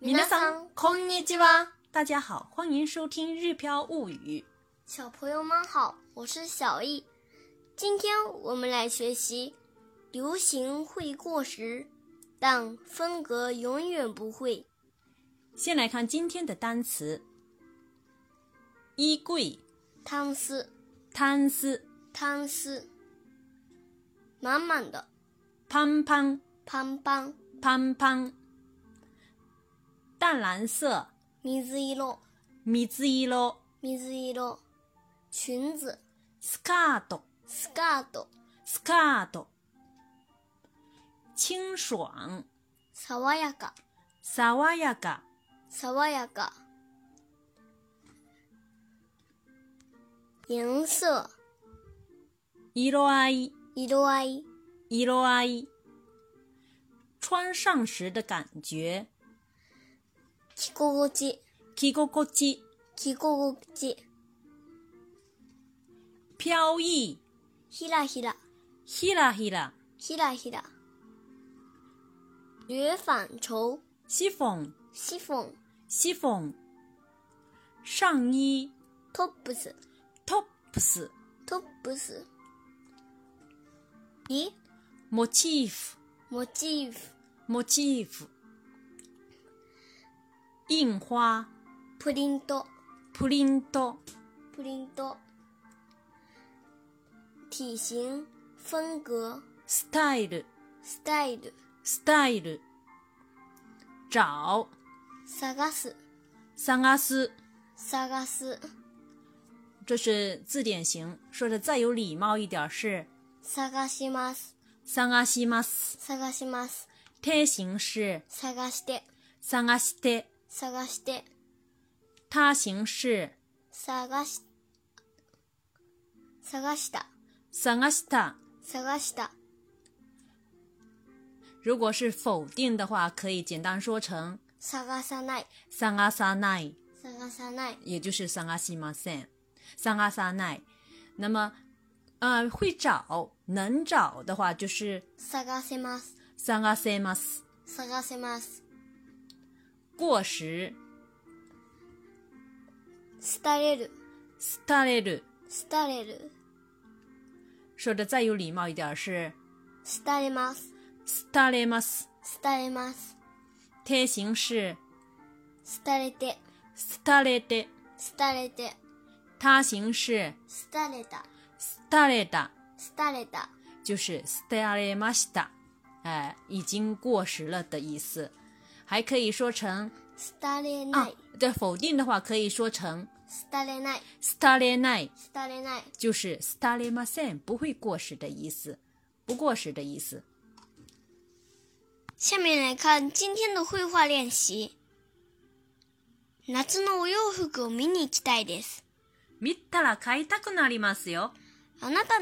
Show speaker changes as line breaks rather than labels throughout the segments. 皆さんこんにちは。
大家好，欢迎收听《日飘物语》。
小朋友们好，我是小易。今天我们来学习，流行会过时，但风格永远不会。
先来看今天的单词：衣柜、
汤丝，
摊丝、
汤丝，满满的，
潘潘、
胖胖，
潘潘。淡蓝色、
水色，
水色、
水色，裙子，
スカート、
スカート，
スカート。清爽、
爽やか，
爽やか、
爽やか。颜色，
色合い、
色合い，
色合い。啊穿上时的感觉、
着心地，
着心地、
着心地。
飘逸、
ひらひら、
ひらひら、
ひらひら。略反绸，
西风、
西风，
西风。上衣、
トップス，
トップス、
トップス。咦，
モチーフ、
モチーフ，
モチーフ。印花、
プリント，
プリント、
プリント。体型、风格、
スタイル、
スタイル、
スタイル。找、
探す、
探す。
探す、
这是字典型，说的再有礼貌一点儿是
探します、
探します。
探します、
贴形是
探して、
探して，
探して、
他形是
探し、探した、
探した。
探した、
如果是否定的话，可以简单说成
探さない、
探さない，
探さない、
也就是探しません。探さない。那么，呃，会找能找的话就是
探せます、
探せます。
探せます、
过时
廃れる、
廃れる。
廃れる、
说的再有礼貌一点是
廃れます、
廃れます。
廃れます、
贴形是
廃れて、
廃れて，
廃れて、
他形是
廃れた、
廃れた，
廃れた。
就是廃れました，哎、已经过时了的意思。还可以说成
廃れ
啊
ない、，
对，否定的话可以说成
廃れない、
廃れない，
廃れない。
就是廃れません，不会过时的意思，不过时的意思。
下面来看今天的绘画练习。夏のお洋服を見に行きたいです。
見たら買いたくなりますよ。
あなた、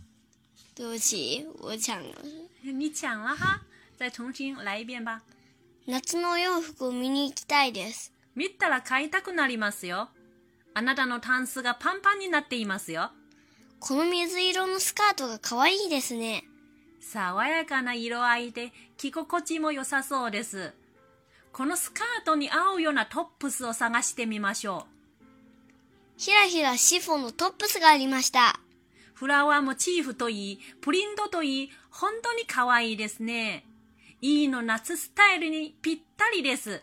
对不起、我抢了。
你抢了哈，再重新来一遍吧。
夏のお洋服を見に行きたいです。
見たら買いたくなりますよ。あなたのタンスがパンパンになっていますよ。
この水色のスカートが可愛いですね。
爽やかな色合いで着心地も良さそうです。このスカートに合うようなトップスを探してみましょ
ひらひらシフォンのトップスがありました。
う。フラワーモチーフといい、プリントといい、本当に可愛いですね。いいの夏スタイルにぴったりです。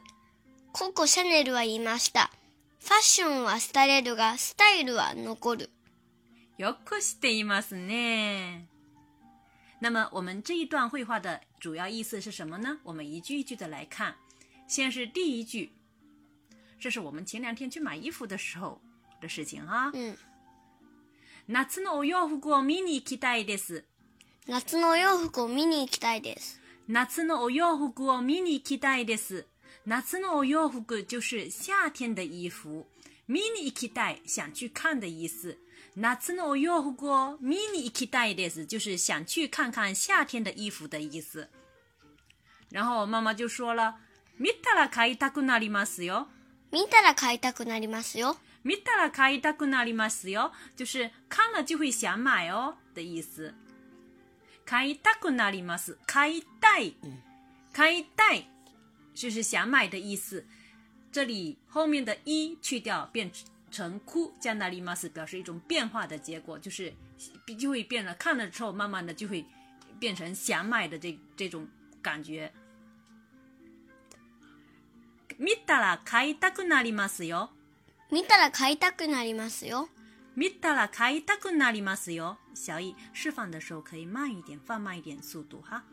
ココ・シャネルは言いました。ファッションは廃れるが、スタイルは残る。
よくしていますね。那么我们这一段绘画的主要意思是什么呢？我们一句一句的来看。先是第一句，这是我们前两天去买衣服的时候的事情啊。
うん。
夏のお洋服を見に行きたいです。
夏のお洋服を見に行きたいです。
夏のお洋服を見に行きたいです。夏のお洋服就是夏天的衣服。見に行きたい，想去看的意思。夏のお洋服を見に行きたいです，就是想去看看夏天的衣服的意思。然后我妈妈就说了，見たら買いたくなりますよ。
見たら買いたくなりますよ。
見たら買いたくなりますよ，就是看了就会想买哦的意思。買いたくなります，買いたい，買いたい。就是想买的意思。这里后面的一去掉，变成哭加那里马斯，表示一种变化的结果，就是就会变得看了之后，慢慢的就会变成想买的这这种感觉。見たら買いたくなりますよ。
見たら買いたくなりますよ。
見たら買いたくなりますよ。小易释放的时候可以慢一点，放慢一点速度哈。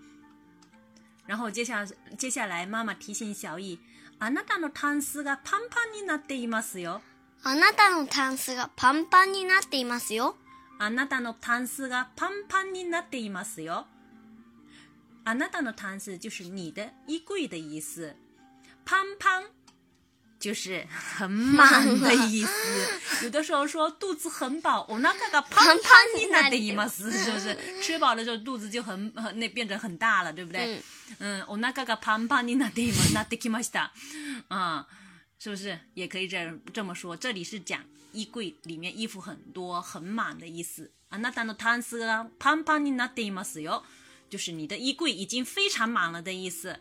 然后接下接下来，妈妈提醒小易，啊あなたのタンスがパンパンになっていますよ。
あなたのタンスがパンパンになっていますよ。
あなたのタンスがパンパンになっていますよ。啊あなたのタンス就是你的衣柜的意思，パンパン就是很满的意思。有的时候说肚子很饱，お腹がパンパンになっています， 就是吃饱了之后肚子就很很那变得很大了，对不对？嗯，お腹がパンパンになっています、なってきました。 啊、是不是也可以这样这么说？这里是讲衣柜里面衣服很多、很满的意思。あなたのタンスがパンパンになっていますよ，就是你的衣柜已经非常满了的意思。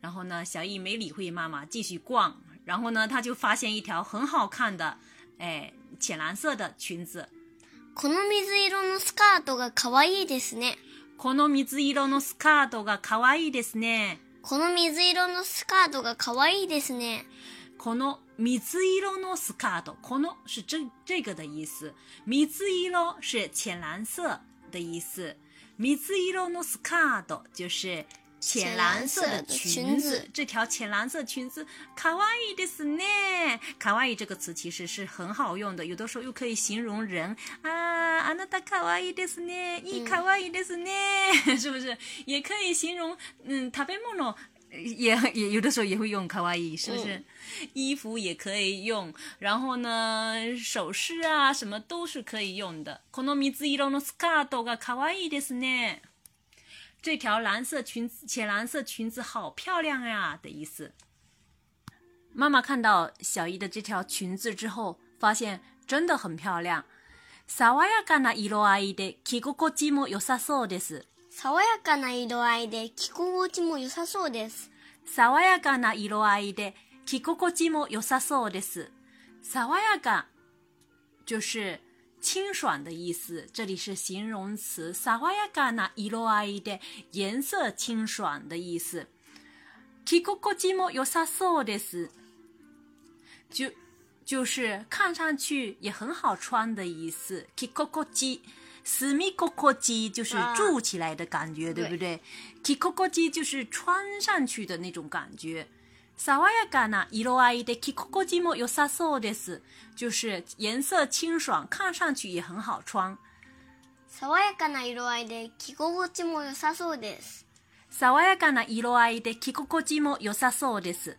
然后呢，小易没理会妈妈，继续逛。然后呢，他就发现一条很好看的，哎，浅蓝色的裙子。
この水色のスカートが可愛いですね。
この水色のスカートが可愛いですね。
この水色のスカートが可愛いですね。
この水色のスカート，この是这这个的意思，水色是浅蓝色的意思，水色のスカート就是浅蓝色的
浅
裙
蓝色的裙
子
子。
这条浅蓝色裙子，可爱ですね。可爱这个词其实是很好用的，有的时候又可以形容人啊，あなた可愛いですね，いい可愛いですね， 是不是？也可以形容嗯，食べ物。也也有的时候也会用可爱い，是不是？衣服也可以用，然后呢，首饰啊什么都是可以用的。この水色のスカートが可愛いですね。这条蓝色裙子，浅蓝色裙子好漂亮呀的意思。妈妈看到小姨的这条裙子之后，发现真的很漂亮。爽やかな色合いで着心地も良さそうです。
爽やかな色合いで着心地も良さそうです。
爽やかな色合いで着心地も良さそうです。爽やか就是清爽的意思，这里是形容词。爽やかな色合いで颜色清爽的意思。着心地も良さそうです。就就是看上去也很好穿的意思。着心地，死み心地就是
啊
住起来的感觉，对
对
不对？着心地就是穿上去的那种感觉。爽やかな色合いで着心地も良さそうです，就是颜色清爽，看上去也很好穿。
爽やかな色合いで着心地も良さそうです。
爽やかな色合いで着心地も良さそうです。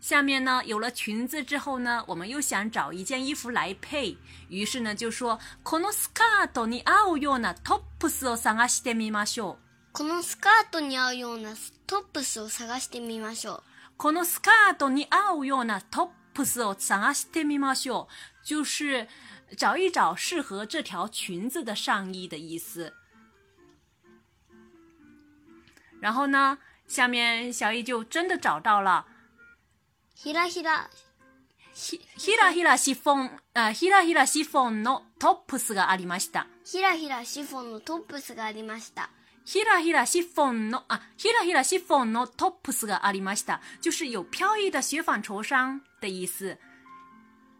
下面呢，有了裙子之后呢，我们又想找一件衣服来配，于是呢就说このスカートに合うようなトップスを探してみましょ
このスカートに合うようなトップスを探してみましょう。
う。このスカートに合うようなトップスを探してみましょう，就是找一找适合这条裙子的上衣的意思。然后呢，下面小易就真的找到了。
ひらひら、
ひひらひらシフォン、あひらひらシフォンのトップスがありました。
ひらひらシフォンのトップスがありました。
ひらひらシフォンの、あ、ひらひらシフォンのトップスがありました。就是有飘逸的雪纺绸衫的意思。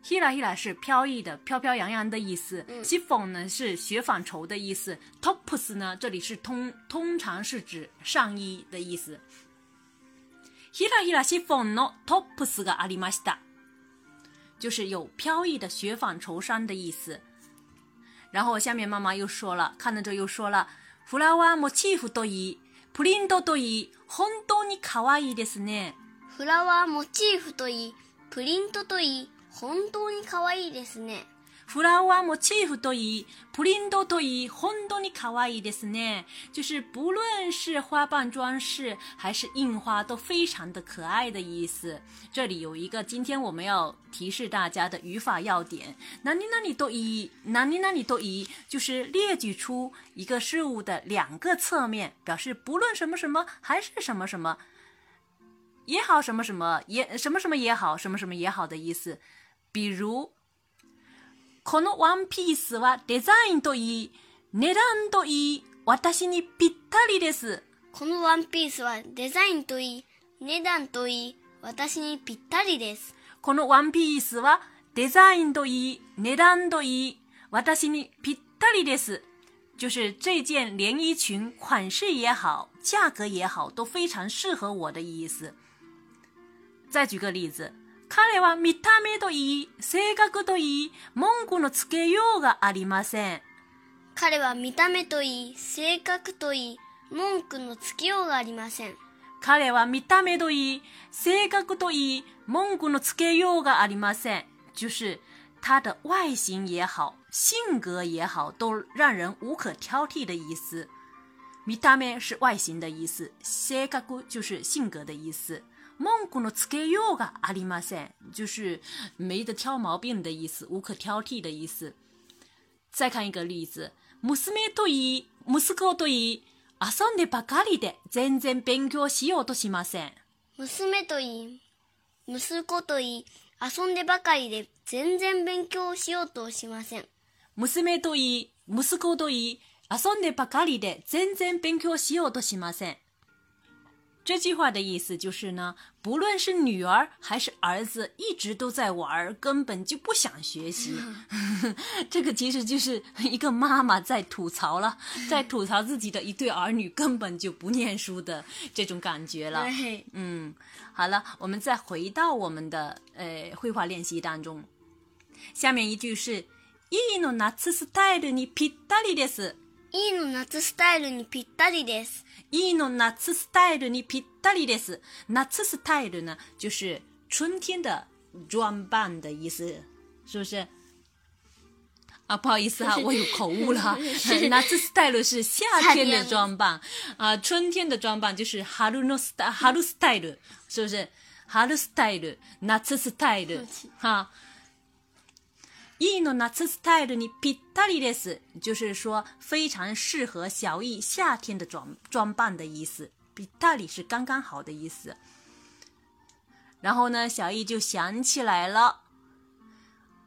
ひらひら是飘逸的、飘飘扬扬的意思。シフォン呢是雪纺绸的意思。トップス呢这里是通通常是指上衣的意思。ひらひらシフォンのトップスがありました。就是有飘逸的雪纺绸衫的意思。然后下面妈妈又说了，看了之后又说了，フラワーモチーフといい、プリントといい、本当に可愛いですね。
フラワーモチーフといい、プリントといい、本当に可愛いですね。
フラワーモチーフといい、プリントといい、本当に可爱いですね。就是不论是花瓣装饰还是印花，都非常的可爱的意思。这里有一个今天我们要提示大家的语法要点，哪里哪里都一，哪里哪里都一，就是列举出一个事物的两个侧面，表示不论什么什么还是什么什么。也好，什么什么也什么什么也好，什么什么也好的意思。比如，このワンピースはデザインといい、値段といい、私にぴったりです。
このワンピースはデザインといい、値段といい、私にぴったりです。
このワンピースはデザインといい、値段といい、私にぴったりです。就是这件连衣裙款式也好，价格也好，都非常适合我的意思。再举个例子，彼は見た目といい、性格といい、文句のつけようがありません。
彼は見た目といい、性格といい、文句のつけようがありません。
彼は見た目といい、性格といい、文句のつけようがありません。就是他的外形也好，性格也好，都让人无可挑剔的意思。見た目是外形的意思，性格就是性格的意思。文句のつけようがありません，就是没得挑毛病的意思，无可挑剔的意思。再看一个例子，娘といい、息子といい、遊んでばかりで全然勉強しようとしません。
娘といい、息子といい、遊んでばかりで全然勉強をしようとしません。
娘といい、息子といい、遊んでばかりで全然勉強しようとしません。这句话的意思就是呢，不论是女儿还是儿子，一直都在玩儿，根本就不想学习。 这个其实就是一个妈妈在吐槽了，在吐槽自己的一对儿女根本就不念书的这种感觉了。
い。
嗯，好了，我们再回到我们的呃绘画练习当中。下面一句是“いいの夏スタイルにぴったりです”。
E の夏スタイルにぴったりです。
いいの夏スタイルにぴったりです。夏スタイル呢，就是春天的装扮的意思，是不是？啊，不好意思哈、我有口误了哈。夏スタイル是夏天的装扮，啊，春天的装扮就是春のスタ春スタイル，是不是？春スタイル、夏スタイル，哈。E の夏スタイルにぴったりです，就是说非常适合小易夏天的装装扮的意思。ぴったり是刚刚好的意思。然后呢，小易就想起来了，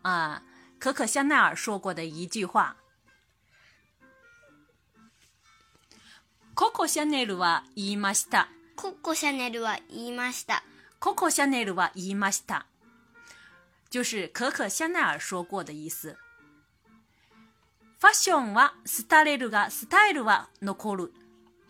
啊，可可香奈儿说过的一句话。ココシャネルは言いました。
コッコシャネルは言いました。
ココシャネルは言いました，就是可可香奈儿说过的意思。ファッションは廃れるが、スタイルは残る。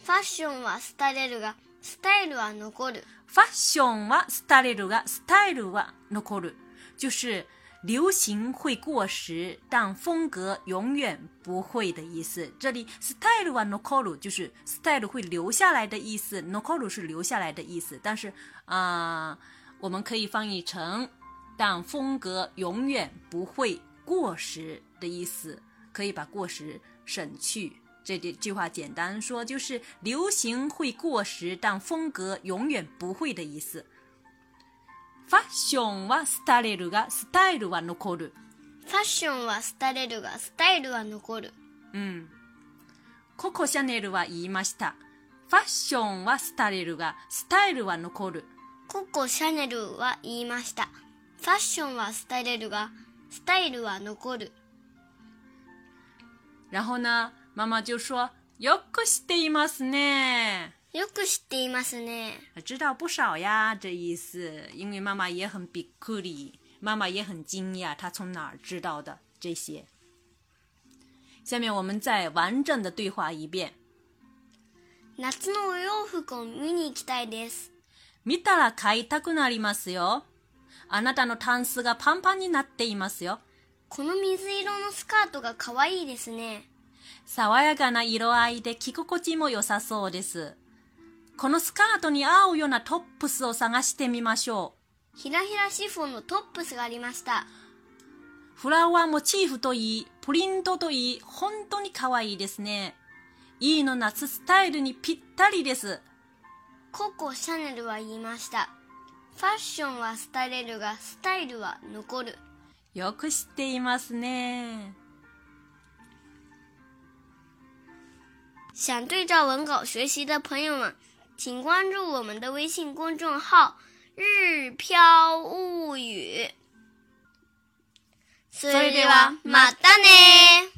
ファッションは廃れるが、スタイルは残る。
ファッションは廃れるが、スタイルは残る。就是流行会过时，但风格永远不会的意思。这里 style は残る就是 style 会留下来的意思，残る是留下来的意思，但是啊、呃我们可以翻译成但风格永远不会过时的意思，可以把过时省去。这句句话简单说就是流行会过时，但风格永远不会的意思。ファッションは廃れるが、スタイルは残る。
ファッションは廃れるが、スタイルは残る。
うん。ココシャネルは言いました。ファッションは廃れるが、スタイルは残る。
コッコシャネルは言いました。ファッションは廃れるが、スタイルは残る。
然后呢，妈妈就说：“よく知っていますね。”
よく知っていますね。
知道不少呀，这意思。因为妈妈也很比库里，妈妈也很惊讶，她从哪儿知道的这些。下面我们再完整的对话一遍。
夏のお洋服を見に行きたいです。
見たら買いたくなりますよ。あなたのタンスがパンパンになっていますよ。
この水色のスカートが可愛いですね。
爽やかな色合いで着心地も良さそうです。このスカートに合うようなトップスを探してみましょう。
ひらひらシフォンのトップスがありました。
フラワーモチーフといい、プリントといい、本当に可愛いですね。E の夏スタイルにぴったりです。
ココ・シャネルは言いました。ファッションは廃れるが、スタイルは残る。
よく知っていますね。
想对照文稿学习的朋友们，请关注我们的微信公众号“日飘物语”。それではまたね。